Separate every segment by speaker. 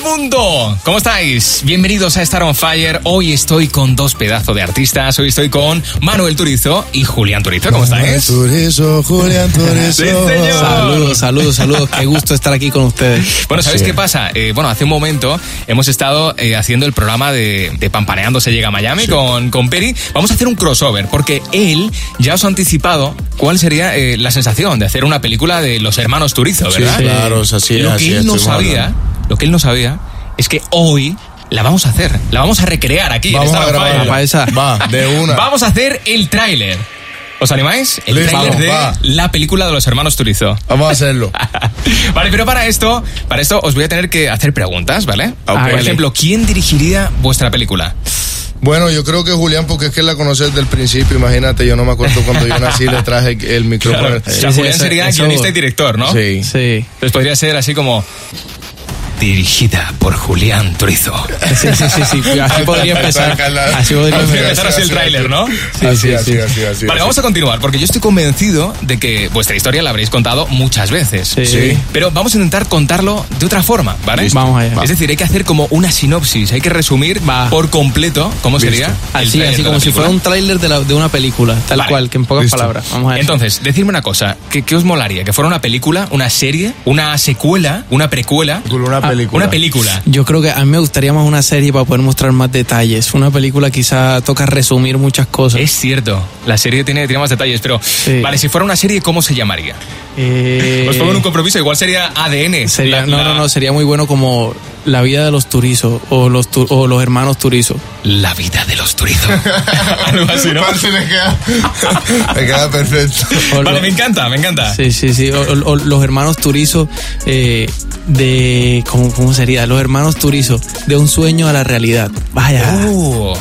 Speaker 1: mundo! ¿Cómo estáis? Bienvenidos a Star on Fire. Hoy estoy con dos pedazos de artistas. Hoy estoy con Manuel Turizo y Julián Turizo. ¿Cómo estáis?
Speaker 2: Turizo, Julián Turizo.
Speaker 1: Sí, señor.
Speaker 3: Saludos, saludos, saludos. Qué gusto estar aquí con ustedes.
Speaker 1: Bueno, ¿sabéis qué pasa? Eh, bueno, hace un momento hemos estado eh, haciendo el programa de, de Pampaneando se llega a Miami con, con Peri. Vamos a hacer un crossover porque él ya os ha anticipado cuál sería eh, la sensación de hacer una película de los hermanos Turizo,
Speaker 2: Sí,
Speaker 1: ¿verdad?
Speaker 2: claro, es así,
Speaker 1: Lo
Speaker 2: así
Speaker 1: que él
Speaker 2: es,
Speaker 1: no
Speaker 2: estuvimos
Speaker 1: sabía,
Speaker 2: hablando.
Speaker 1: lo que él no sabía es que hoy la vamos a hacer, la vamos a recrear aquí. en
Speaker 2: Vamos
Speaker 1: Star
Speaker 2: a
Speaker 1: on Fire.
Speaker 2: grabar.
Speaker 3: Para esa.
Speaker 2: Va, de una.
Speaker 1: Vamos a hacer el tráiler. ¿Os animáis? El
Speaker 2: Listo,
Speaker 1: tráiler
Speaker 2: vamos,
Speaker 1: de
Speaker 2: va.
Speaker 1: la película de los hermanos Turizo.
Speaker 2: Vamos a hacerlo.
Speaker 1: vale, pero para esto, para esto os voy a tener que hacer preguntas, ¿vale?
Speaker 3: Ah,
Speaker 1: Por
Speaker 3: vale.
Speaker 1: ejemplo, ¿quién dirigiría vuestra película?
Speaker 2: Bueno, yo creo que Julián, porque es que la conoces desde el principio, imagínate, yo no me acuerdo cuando yo nací le traje el micrófono.
Speaker 1: o sea,
Speaker 3: sí,
Speaker 1: Julián
Speaker 3: eso-
Speaker 1: sería
Speaker 3: eso-
Speaker 1: guionista y director, ¿no?
Speaker 2: Sí.
Speaker 3: Sí.
Speaker 1: Entonces podría ser así como dirigida por Julián Turizo.
Speaker 3: Sí, sí, sí, sí. Así podría empezar. Así podría
Speaker 1: Así
Speaker 3: empezar.
Speaker 1: empezar así el tráiler, ¿no?
Speaker 3: Sí,
Speaker 2: así,
Speaker 3: sí,
Speaker 2: así,
Speaker 3: sí.
Speaker 2: así, así,
Speaker 1: Vale,
Speaker 2: así.
Speaker 1: vamos a continuar, porque yo estoy convencido de que vuestra historia la habréis contado muchas veces.
Speaker 3: Sí. Sí.
Speaker 1: Pero vamos a intentar contarlo de otra forma, ¿vale?
Speaker 3: Listo. Vamos allá.
Speaker 1: Es decir, hay que hacer como una sinopsis, hay que resumir
Speaker 3: Va.
Speaker 1: por completo cómo
Speaker 2: Listo.
Speaker 1: sería. el
Speaker 3: Así,
Speaker 1: tráiler
Speaker 3: así
Speaker 1: de la
Speaker 3: como si
Speaker 1: película.
Speaker 3: fuera un tráiler de, la- de una película, tal
Speaker 1: Vale.
Speaker 3: cual, que en pocas
Speaker 2: Listo.
Speaker 3: palabras. Vamos a ver.
Speaker 1: Entonces, decidme una cosa, ¿qué, qué os molaría? ¿Que fuera una película, una serie, una secuela, una precuela? Ah,
Speaker 2: Una película.
Speaker 1: Una película.
Speaker 3: Yo creo que a mí me gustaría más una serie para poder mostrar más detalles. Una película quizá toca resumir muchas cosas.
Speaker 1: Es cierto, la serie tiene, tiene más detalles, pero vale, si fuera una serie, ¿cómo se llamaría?
Speaker 3: Eh,
Speaker 1: Os pongo Pues en un compromiso, igual sería ADN.
Speaker 3: sería-
Speaker 1: la-
Speaker 3: no,
Speaker 1: la-
Speaker 3: no, no, sería muy bueno como la vida de los turizos o los, tu- o los hermanos turizos.
Speaker 1: La vida de los turizos. Algo así, ¿no?
Speaker 2: Parce, me queda, me queda perfecto.
Speaker 3: O
Speaker 1: Vale,
Speaker 3: los-
Speaker 1: me encanta, me encanta.
Speaker 3: Sí, sí, sí. O, o- o los hermanos Turizo eh, de. ¿cómo, cómo sería? Los hermanos Turizo de un sueño a la realidad. Vaya.
Speaker 1: Uh,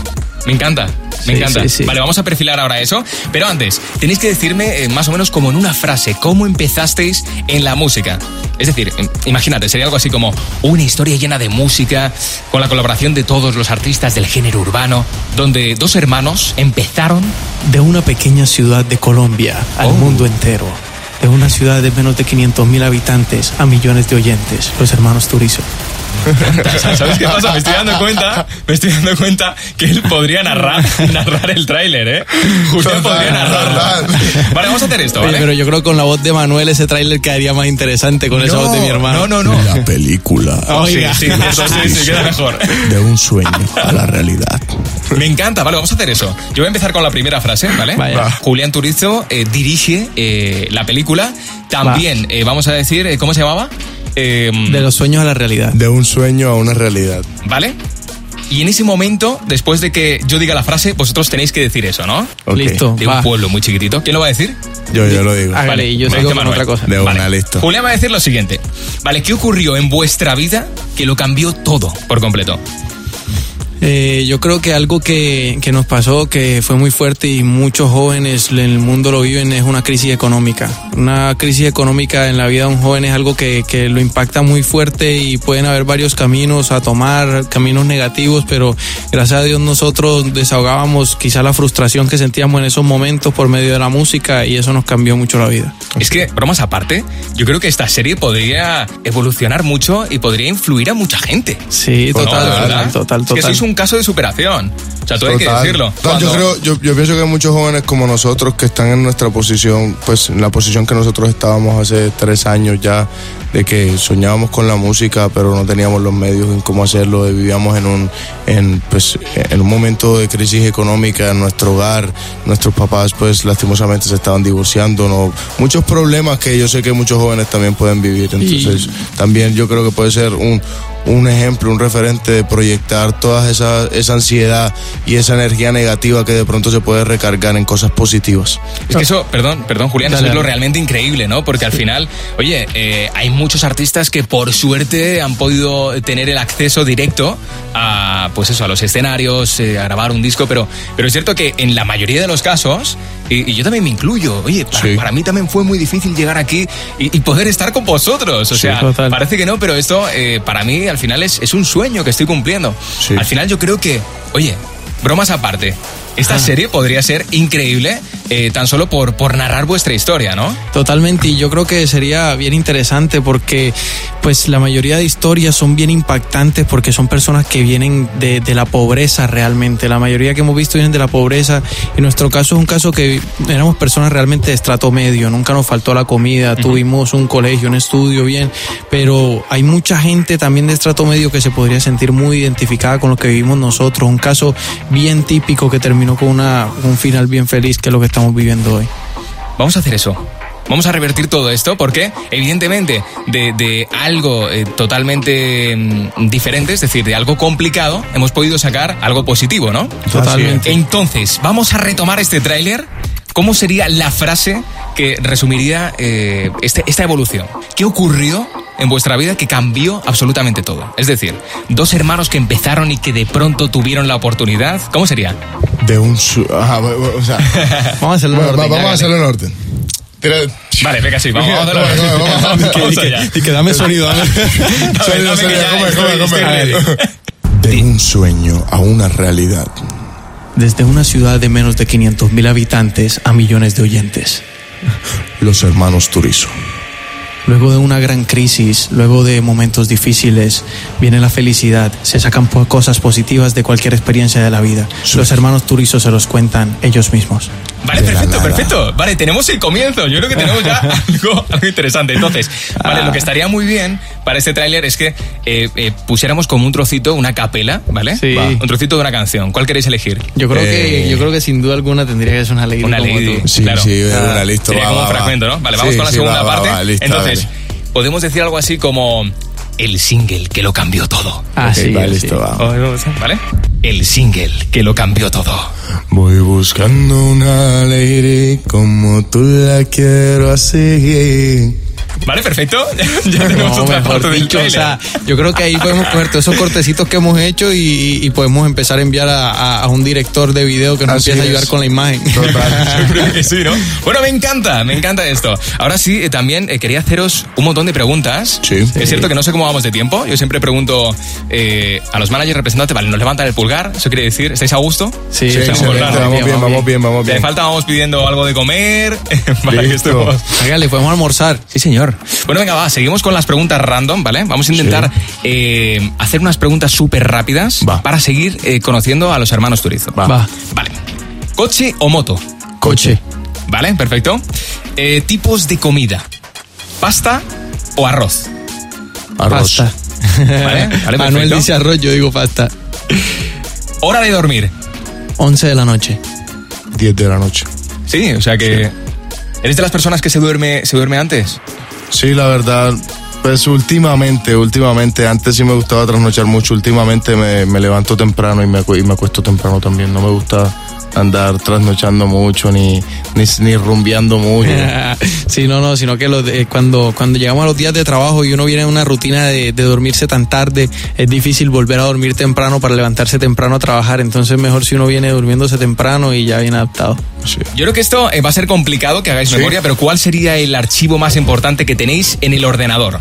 Speaker 1: me encanta. Me
Speaker 3: Sí,
Speaker 1: encanta.
Speaker 3: sí, sí.
Speaker 1: Vale, vamos a perfilar ahora eso. Pero antes, tenéis que decirme eh, más o menos como en una frase cómo empezasteis en la música. Es decir, em, imagínate, sería algo así como una historia llena de música, con la colaboración de todos los artistas del género urbano, donde dos hermanos empezaron.
Speaker 3: De una pequeña ciudad de Colombia al
Speaker 1: Oh.
Speaker 3: mundo entero. De una ciudad de menos de 500 mil habitantes a millones de oyentes. Los hermanos Turizo.
Speaker 1: ¿Sabes qué pasa? Me estoy dando cuenta, me estoy dando cuenta que él podría narrar, narrar el tráiler, ¿eh? Julián
Speaker 2: Total,
Speaker 1: podría narrarlo.
Speaker 2: total.
Speaker 1: Vale, vamos a hacer esto,
Speaker 3: Oye,
Speaker 1: ¿vale?
Speaker 3: pero yo creo que con la voz de Manuel ese tráiler quedaría más interesante con esa voz de mi hermano.
Speaker 1: No, no, no. Oh,
Speaker 2: La película
Speaker 3: Oiga.
Speaker 1: Sí, sí, eso sí, sí, queda mejor.
Speaker 2: de un sueño a la realidad.
Speaker 1: Me encanta, vale, vamos a hacer eso. Yo voy a empezar con la primera frase, ¿vale?
Speaker 3: Vaya. Va.
Speaker 1: Julián Turizo eh, dirige eh, la película. También eh, vamos a decir, eh, ¿cómo se llamaba? Eh,
Speaker 3: De los sueños a la realidad.
Speaker 2: De un sueño a una realidad.
Speaker 1: ¿Vale? Y en ese momento, después de que yo diga la frase, vosotros tenéis que decir eso, ¿no?
Speaker 2: Ok.
Speaker 3: Listo.
Speaker 1: De
Speaker 3: Va.
Speaker 1: un pueblo muy chiquitito. ¿Quién lo va a decir?
Speaker 2: Yo, yo lo digo.
Speaker 3: Hágale, y yo
Speaker 1: me
Speaker 3: sigo
Speaker 1: dice
Speaker 3: con
Speaker 1: Manuel.
Speaker 3: otra cosa.
Speaker 2: De una, listo.
Speaker 1: Julián va a decir lo siguiente. Vale, ¿qué ocurrió en vuestra vida que lo cambió todo por completo?
Speaker 3: Eh, yo creo que algo que, que nos pasó, que fue muy fuerte y muchos jóvenes en el mundo lo viven, es una crisis económica. Una crisis económica en la vida de un joven es algo que, que lo impacta muy fuerte y pueden haber varios caminos a tomar, caminos negativos, pero gracias a Dios nosotros desahogábamos quizá la frustración que sentíamos en esos momentos por medio de la música y eso nos cambió mucho la vida.
Speaker 1: Es que, bromas aparte, yo creo que esta serie podría evolucionar mucho y podría influir a mucha gente.
Speaker 3: Sí,
Speaker 1: Pues No,
Speaker 3: total,
Speaker 1: de verdad.
Speaker 3: total, total,
Speaker 1: Es que
Speaker 3: total.
Speaker 1: sois un caso de superación. O sea, tú hay que
Speaker 2: Total.
Speaker 1: decirlo.
Speaker 2: Total, yo, creo, yo, yo pienso que hay muchos jóvenes como nosotros que están en nuestra posición, pues en la posición que nosotros estábamos hace tres años ya, de que soñábamos con la música, pero no teníamos los medios en cómo hacerlo, y vivíamos en un, en, pues, en un momento de crisis económica en nuestro hogar, nuestros papás pues lastimosamente se estaban divorciando, ¿no? muchos problemas que yo sé que muchos jóvenes también pueden vivir, entonces también yo creo que puede ser un, un ejemplo, un referente de proyectar toda esa, esa ansiedad y esa energía negativa que de pronto se puede recargar en cosas positivas.
Speaker 1: Es que eso, perdón, perdón, Julián,
Speaker 3: Ah. Dale,
Speaker 1: eso es lo
Speaker 3: dale.
Speaker 1: realmente increíble, ¿no? Porque al final, oye, eh, hay muchos artistas que por suerte han podido tener el acceso directo a, pues eso, a los escenarios, eh, a grabar un disco, pero, pero es cierto que en la mayoría de los casos, y, y yo también me incluyo, oye, para,
Speaker 2: Sí.
Speaker 1: para mí también fue muy difícil llegar aquí y, y poder estar con vosotros. O
Speaker 3: Sí,
Speaker 1: sea,
Speaker 3: total.
Speaker 1: parece que no, pero esto eh, para mí al final es, es un sueño que estoy cumpliendo.
Speaker 2: Sí.
Speaker 1: Al final yo creo que, oye, bromas aparte, esta serie podría ser increíble eh, tan solo por, por narrar vuestra historia, ¿no?
Speaker 3: Totalmente, y yo creo que sería bien interesante porque pues la mayoría de historias son bien impactantes porque son personas que vienen de, de la pobreza realmente, la mayoría que hemos visto vienen de la pobreza, en nuestro caso es un caso que éramos personas realmente de estrato medio, nunca nos faltó la comida, tuvimos un colegio, un estudio bien, pero hay mucha gente también de estrato medio que se podría sentir muy identificada con lo que vivimos nosotros, un caso bien típico que terminó con una, un final bien feliz que es lo que estamos viviendo hoy.
Speaker 1: Vamos a hacer eso. Vamos a revertir todo esto porque, evidentemente, de, de algo eh, totalmente mm, diferente, es decir, de algo complicado, hemos podido sacar algo positivo, ¿no?
Speaker 3: Totalmente.
Speaker 1: Entonces, vamos a retomar este tráiler. ¿Cómo sería la frase que resumiría eh, este- esta evolución? ¿Qué ocurrió en vuestra vida que cambió absolutamente todo? Es decir, dos hermanos que empezaron y que de pronto tuvieron la oportunidad. ¿Cómo sería?
Speaker 2: De un... su- Ajá, bueno, bueno, o sea,
Speaker 3: Vamos a hacerlo.
Speaker 2: bueno,
Speaker 3: en
Speaker 2: va-
Speaker 3: orden,
Speaker 2: vamos
Speaker 3: ya,
Speaker 2: a hacerlo en orden. Tira-
Speaker 1: Vale, venga, sí, vamos, vamos a hacerlo.
Speaker 2: Vamos, vamos, vamos.
Speaker 1: Vamos
Speaker 3: Y
Speaker 1: allá.
Speaker 3: que, y que dame sonido. dame.
Speaker 2: Sonido,
Speaker 1: dame que
Speaker 2: sonido,
Speaker 1: ya
Speaker 2: come,
Speaker 1: estoy-
Speaker 2: come,
Speaker 1: estoy
Speaker 2: come.
Speaker 1: ready.
Speaker 2: De un sueño a una realidad.
Speaker 3: Desde una ciudad de menos de 500 mil habitantes a millones de oyentes.
Speaker 2: Los hermanos Turizo.
Speaker 3: Luego de una gran crisis, luego de momentos difíciles, viene la felicidad. Se sacan po- cosas positivas de cualquier experiencia de la vida. Los hermanos Turizo se los cuentan ellos mismos.
Speaker 1: Vale,
Speaker 2: De la
Speaker 1: perfecto,
Speaker 2: nada.
Speaker 1: perfecto. Vale, tenemos el comienzo. Yo creo que tenemos ya algo, algo interesante. Entonces, vale, lo que estaría muy bien para este tráiler es que eh, eh, pusiéramos como un trocito, una capela, ¿vale?
Speaker 3: Sí.
Speaker 1: Va. Un trocito de una canción. ¿Cuál queréis elegir?
Speaker 3: Yo creo,
Speaker 2: Eh.
Speaker 3: que, yo creo que sin duda alguna tendría que ser una ley
Speaker 1: Una ley.
Speaker 2: Sí,
Speaker 1: Claro. Ah,
Speaker 2: sí, de una, listo.
Speaker 1: Sería
Speaker 2: va,
Speaker 1: como
Speaker 2: va,
Speaker 1: un
Speaker 2: va.
Speaker 1: fragmento, ¿no? Vale, vamos
Speaker 2: Sí,
Speaker 1: con la
Speaker 2: sí,
Speaker 1: segunda
Speaker 2: va, va,
Speaker 1: parte.
Speaker 2: va, listo,
Speaker 1: Entonces,
Speaker 2: dale.
Speaker 1: podemos decir algo así como el single que lo cambió todo.
Speaker 3: Ah,
Speaker 2: Ok,
Speaker 3: sí, Oh.
Speaker 2: va,
Speaker 3: sí.
Speaker 2: listo, va.
Speaker 1: ¿Vale? El single que lo cambió todo.
Speaker 2: Voy buscando una lady como tú la quiero así.
Speaker 1: Vale, perfecto. ya tenemos
Speaker 3: No,
Speaker 1: otra parte
Speaker 3: mejor
Speaker 1: del
Speaker 3: dicho, o
Speaker 1: tráiler.
Speaker 3: sea, yo creo que ahí podemos coger todos esos cortecitos que hemos hecho y, y podemos empezar a enviar a, a- a un director de video que nos
Speaker 2: Así
Speaker 3: empiece a
Speaker 2: es.
Speaker 3: ayudar con la imagen.
Speaker 2: Total.
Speaker 1: Yo creo que sí, ¿no? Bueno, me encanta, me encanta esto. Ahora sí, eh, también eh, quería haceros un montón de preguntas.
Speaker 2: Sí.
Speaker 1: Es cierto que no sé cómo vamos de tiempo. Yo siempre pregunto eh, a los managers representantes, vale, nos levantan el pulgar. Eso quiere decir, ¿estáis a gusto?
Speaker 3: Sí,
Speaker 2: Sí,
Speaker 1: estamos
Speaker 2: excelente,
Speaker 1: volando.
Speaker 2: vamos bien, vamos bien, vamos
Speaker 1: Si hace
Speaker 2: bien.
Speaker 1: falta, vamos pidiendo algo de comer. para que
Speaker 2: Listo.
Speaker 1: estemos.
Speaker 3: Hágale, podemos almorzar.
Speaker 1: Sí, señor. Bueno, venga, va, seguimos con las preguntas random, ¿vale? Vamos a intentar eh, hacer unas preguntas súper rápidas
Speaker 2: Va.
Speaker 1: para seguir eh, conociendo a los hermanos Turizo.
Speaker 2: Va.
Speaker 3: Va.
Speaker 1: Vale. ¿Coche o moto?
Speaker 3: Coche.
Speaker 1: Vale, perfecto. Eh, tipos de comida. ¿Pasta o arroz?
Speaker 2: Arroz.
Speaker 3: Pasta.
Speaker 1: Vale, vale,
Speaker 3: ¿Eh? Manuel
Speaker 1: perfecto.
Speaker 3: dice arroz, yo digo pasta.
Speaker 1: Hora de dormir.
Speaker 3: 11 de la noche.
Speaker 2: 10 de la noche.
Speaker 1: Sí, o sea que... ¿Eres de las personas que se duerme, se duerme antes?
Speaker 2: Sí, la verdad, pues últimamente, últimamente, antes sí me gustaba trasnochar mucho, últimamente me, me levanto temprano y me, acu- y me acuesto temprano también, no me gusta andar trasnochando mucho ni, ni, ni rumbeando mucho.
Speaker 3: Ah, sí, no, no, sino que los de- cuando, cuando llegamos a los días de trabajo y uno viene en una rutina de, de dormirse tan tarde, es difícil volver a dormir temprano para levantarse temprano a trabajar. Entonces, mejor si uno viene durmiéndose temprano y ya viene adaptado.
Speaker 2: Sí.
Speaker 1: Yo creo que esto eh, va a ser complicado que hagáis
Speaker 2: Sí.
Speaker 1: memoria, pero ¿cuál sería el archivo más importante que tenéis en el ordenador?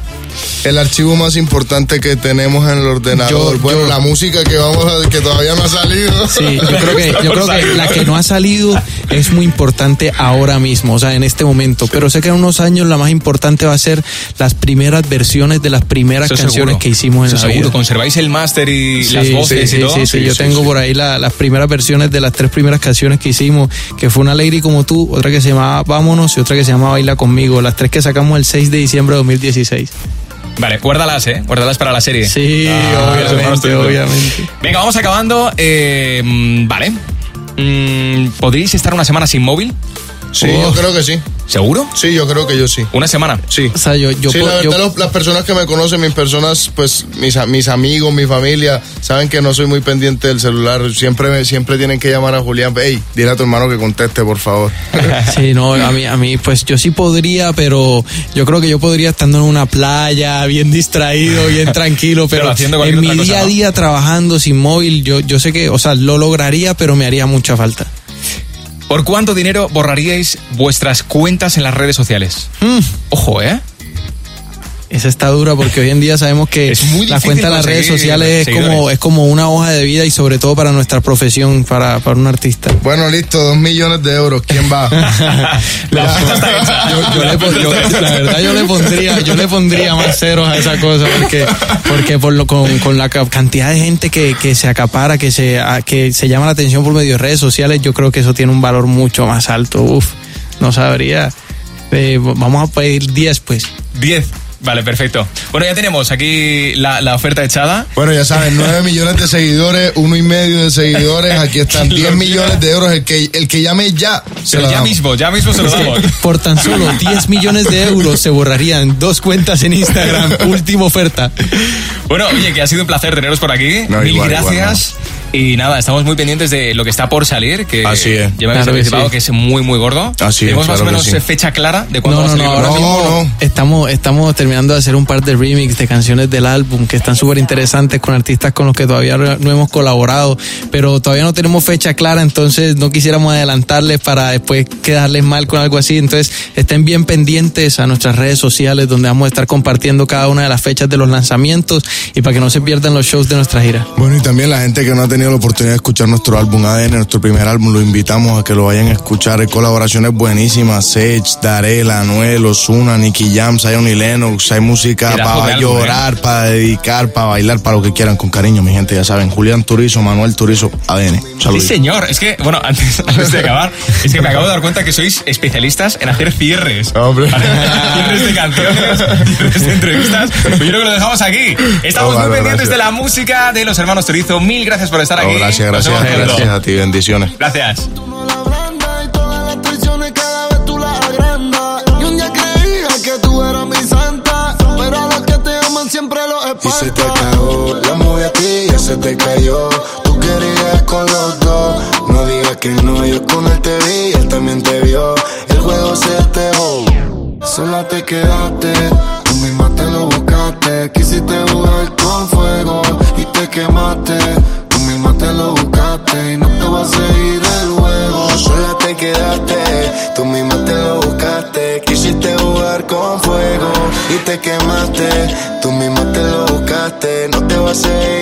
Speaker 2: El archivo más importante que tenemos en el ordenador,
Speaker 3: Yo-
Speaker 2: bueno,
Speaker 3: yo-
Speaker 2: la música que vamos a, que todavía no ha salido.
Speaker 3: Sí, yo creo que, yo creo que la que no ha salido es muy importante ahora mismo, o sea, en este momento. Pero sé que en unos años la más importante va a ser las primeras versiones de las primeras
Speaker 1: Eso
Speaker 3: canciones
Speaker 1: seguro.
Speaker 3: que hicimos en
Speaker 1: Eso
Speaker 3: la
Speaker 1: seguro,
Speaker 3: vida.
Speaker 1: conserváis el máster y
Speaker 3: Sí,
Speaker 1: las voces
Speaker 3: sí,
Speaker 1: y
Speaker 3: sí,
Speaker 1: todo.
Speaker 3: sí, sí, yo tengo por ahí la- las primeras versiones de las tres primeras canciones que hicimos, que fue una Lady como tú, otra que se llamaba Vámonos y otra que se llamaba Baila conmigo, las tres que sacamos el 6 de diciembre de 2016.
Speaker 1: Vale, guárdalas, ¿eh? Guárdalas para la serie.
Speaker 3: Sí,
Speaker 1: Ah, los hermanos
Speaker 3: obviamente,
Speaker 1: Turizo.
Speaker 3: obviamente.
Speaker 1: Venga, vamos acabando. eh, mm, vale. Mm, ¿Podríais estar una semana sin móvil?
Speaker 2: Sí, yo
Speaker 3: Oh.
Speaker 2: creo que sí.
Speaker 1: ¿Seguro?
Speaker 2: Sí, yo creo que yo sí.
Speaker 1: ¿Una semana?
Speaker 2: Sí.
Speaker 3: O sea, yo, yo
Speaker 2: sí,
Speaker 3: puedo-
Speaker 2: la
Speaker 3: yo-
Speaker 2: verdad, los- las personas que me conocen, mis personas, pues mis, a- mis amigos, mi familia, saben que no soy muy pendiente del celular. Siempre me- siempre tienen que llamar a Julián. Ey, dile a tu hermano que conteste, por favor.
Speaker 3: Sí, no, a mí, a mí, pues yo sí podría, pero yo creo que yo podría estando en una playa, bien distraído, bien tranquilo, pero,
Speaker 1: Pero haciendo cualquier
Speaker 3: en mi
Speaker 1: otra
Speaker 3: día
Speaker 1: cosa,
Speaker 3: a
Speaker 1: ¿no?
Speaker 3: día trabajando sin móvil, yo, yo sé que, o sea, lo lograría, pero me haría mucha falta.
Speaker 1: ¿Por cuánto dinero Mm. borraríais vuestras cuentas en las redes sociales? Ojo, ¿eh?
Speaker 3: Esa está dura porque hoy en día sabemos que
Speaker 1: Es muy
Speaker 3: la
Speaker 1: difícil
Speaker 3: cuenta de las redes
Speaker 1: conseguir
Speaker 3: sociales es como,
Speaker 1: seguidores.
Speaker 3: es como una hoja de vida y sobre todo para nuestra profesión, para, para un artista.
Speaker 2: Bueno, listo, dos millones de euros. ¿Quién va?
Speaker 1: La apuesta está hecha.
Speaker 3: Yo, yo le pon- yo- la verdad yo le pondría yo le pondría más ceros a esa cosa porque porque por lo, con, con la ca- cantidad de gente que, que se acapara que se a- que se llama la atención por medio de redes sociales yo creo que eso tiene un valor mucho más alto uf no sabría Eh, vamos a pedir 10 pues
Speaker 1: 10. Vale, perfecto. Bueno, ya tenemos aquí la, la oferta echada.
Speaker 2: Bueno, ya saben, 9 millones de seguidores, uno y medio de seguidores, aquí están 10 millones de euros. El que, el que llame ya, se
Speaker 1: Pero
Speaker 2: la
Speaker 1: ya
Speaker 2: damos.
Speaker 1: mismo, ya mismo se lo damos.
Speaker 3: por tan solo 10 millones de euros se borrarían dos cuentas en Instagram última oferta
Speaker 1: Bueno, oye, que ha sido un placer teneros por aquí.
Speaker 2: No,
Speaker 1: Mil
Speaker 2: igual,
Speaker 1: gracias. Y nada, estamos muy pendientes de lo que está por salir, que
Speaker 2: Así es.
Speaker 1: ya me habéis
Speaker 3: Claro que
Speaker 1: anticipado
Speaker 3: sí.
Speaker 1: que es muy, muy gordo.
Speaker 2: Así es,
Speaker 1: Tenemos más o
Speaker 2: claro que
Speaker 1: menos
Speaker 2: sí.
Speaker 1: eh, fecha clara de cuándo
Speaker 3: No,
Speaker 1: va a
Speaker 3: no, no,
Speaker 1: salir.
Speaker 3: ahora
Speaker 1: ¿verdad?
Speaker 2: No,
Speaker 3: mismo
Speaker 2: no.
Speaker 3: Estamos, estamos terminando de hacer un par de remix de canciones del álbum que están súper interesantes con artistas con los que todavía no hemos colaborado, pero todavía no tenemos fecha clara, entonces no quisiéramos adelantarles para después quedarles mal con algo así, entonces estén bien pendientes a nuestras redes sociales donde vamos a estar compartiendo cada una de las fechas de los lanzamientos y para que no se pierdan los shows de nuestra gira.
Speaker 2: Bueno, y también la gente que no ha tenido la oportunidad de escuchar nuestro álbum ADN, nuestro primer álbum, lo invitamos a que lo vayan a escuchar. Hay colaboraciones buenísimas: Sech, Darela, Anuel, Osuna, Nicky Jam, Zion y Lennox. Hay música
Speaker 1: Pedazo de
Speaker 2: para
Speaker 1: álbum,
Speaker 2: llorar, para dedicar, para bailar, para lo que quieran, con cariño, mi gente. Ya saben, Julián Turizo, Manuel Turizo, ADN.
Speaker 1: Sí,
Speaker 2: Saludos.
Speaker 1: señor. Es que, bueno, antes, antes de acabar, es que me acabo de dar cuenta que sois especialistas en hacer cierres.
Speaker 2: Hombre.
Speaker 1: cierres de canciones, cierres de entrevistas. Pues yo creo que lo dejamos aquí. Estamos
Speaker 2: No,
Speaker 1: muy
Speaker 2: Oh, vale,
Speaker 1: pendientes
Speaker 2: gracias.
Speaker 1: de la música de los hermanos Torizo. Mil gracias por estar
Speaker 2: No,
Speaker 1: aquí.
Speaker 2: Oh, gracias,
Speaker 1: Nos
Speaker 2: gracias,
Speaker 1: vemos pronto.
Speaker 2: gracias a ti, bendiciones.
Speaker 1: Gracias.
Speaker 4: Tú no la abrandas y todas las prisiones cada vez tú las agrandas. Y un día creía que tú eras mi santa, pero a los que te aman siempre los
Speaker 5: Y se te
Speaker 4: espanta.
Speaker 5: cagó, la moví a ti ya se te cayó. Tú querías con los dos, no digas que no, yo con él te vi, él también te vio. El juego se te sola te quedaste, tú misma te lo buscaste. Quisiste jugar con fuego y te quemaste, tú misma te lo buscaste y no te vas a seguir el juego. Sola te quedaste, tú misma te lo buscaste. Quisiste jugar con fuego y te quemaste. Tú misma te lo buscaste, no te vas a ir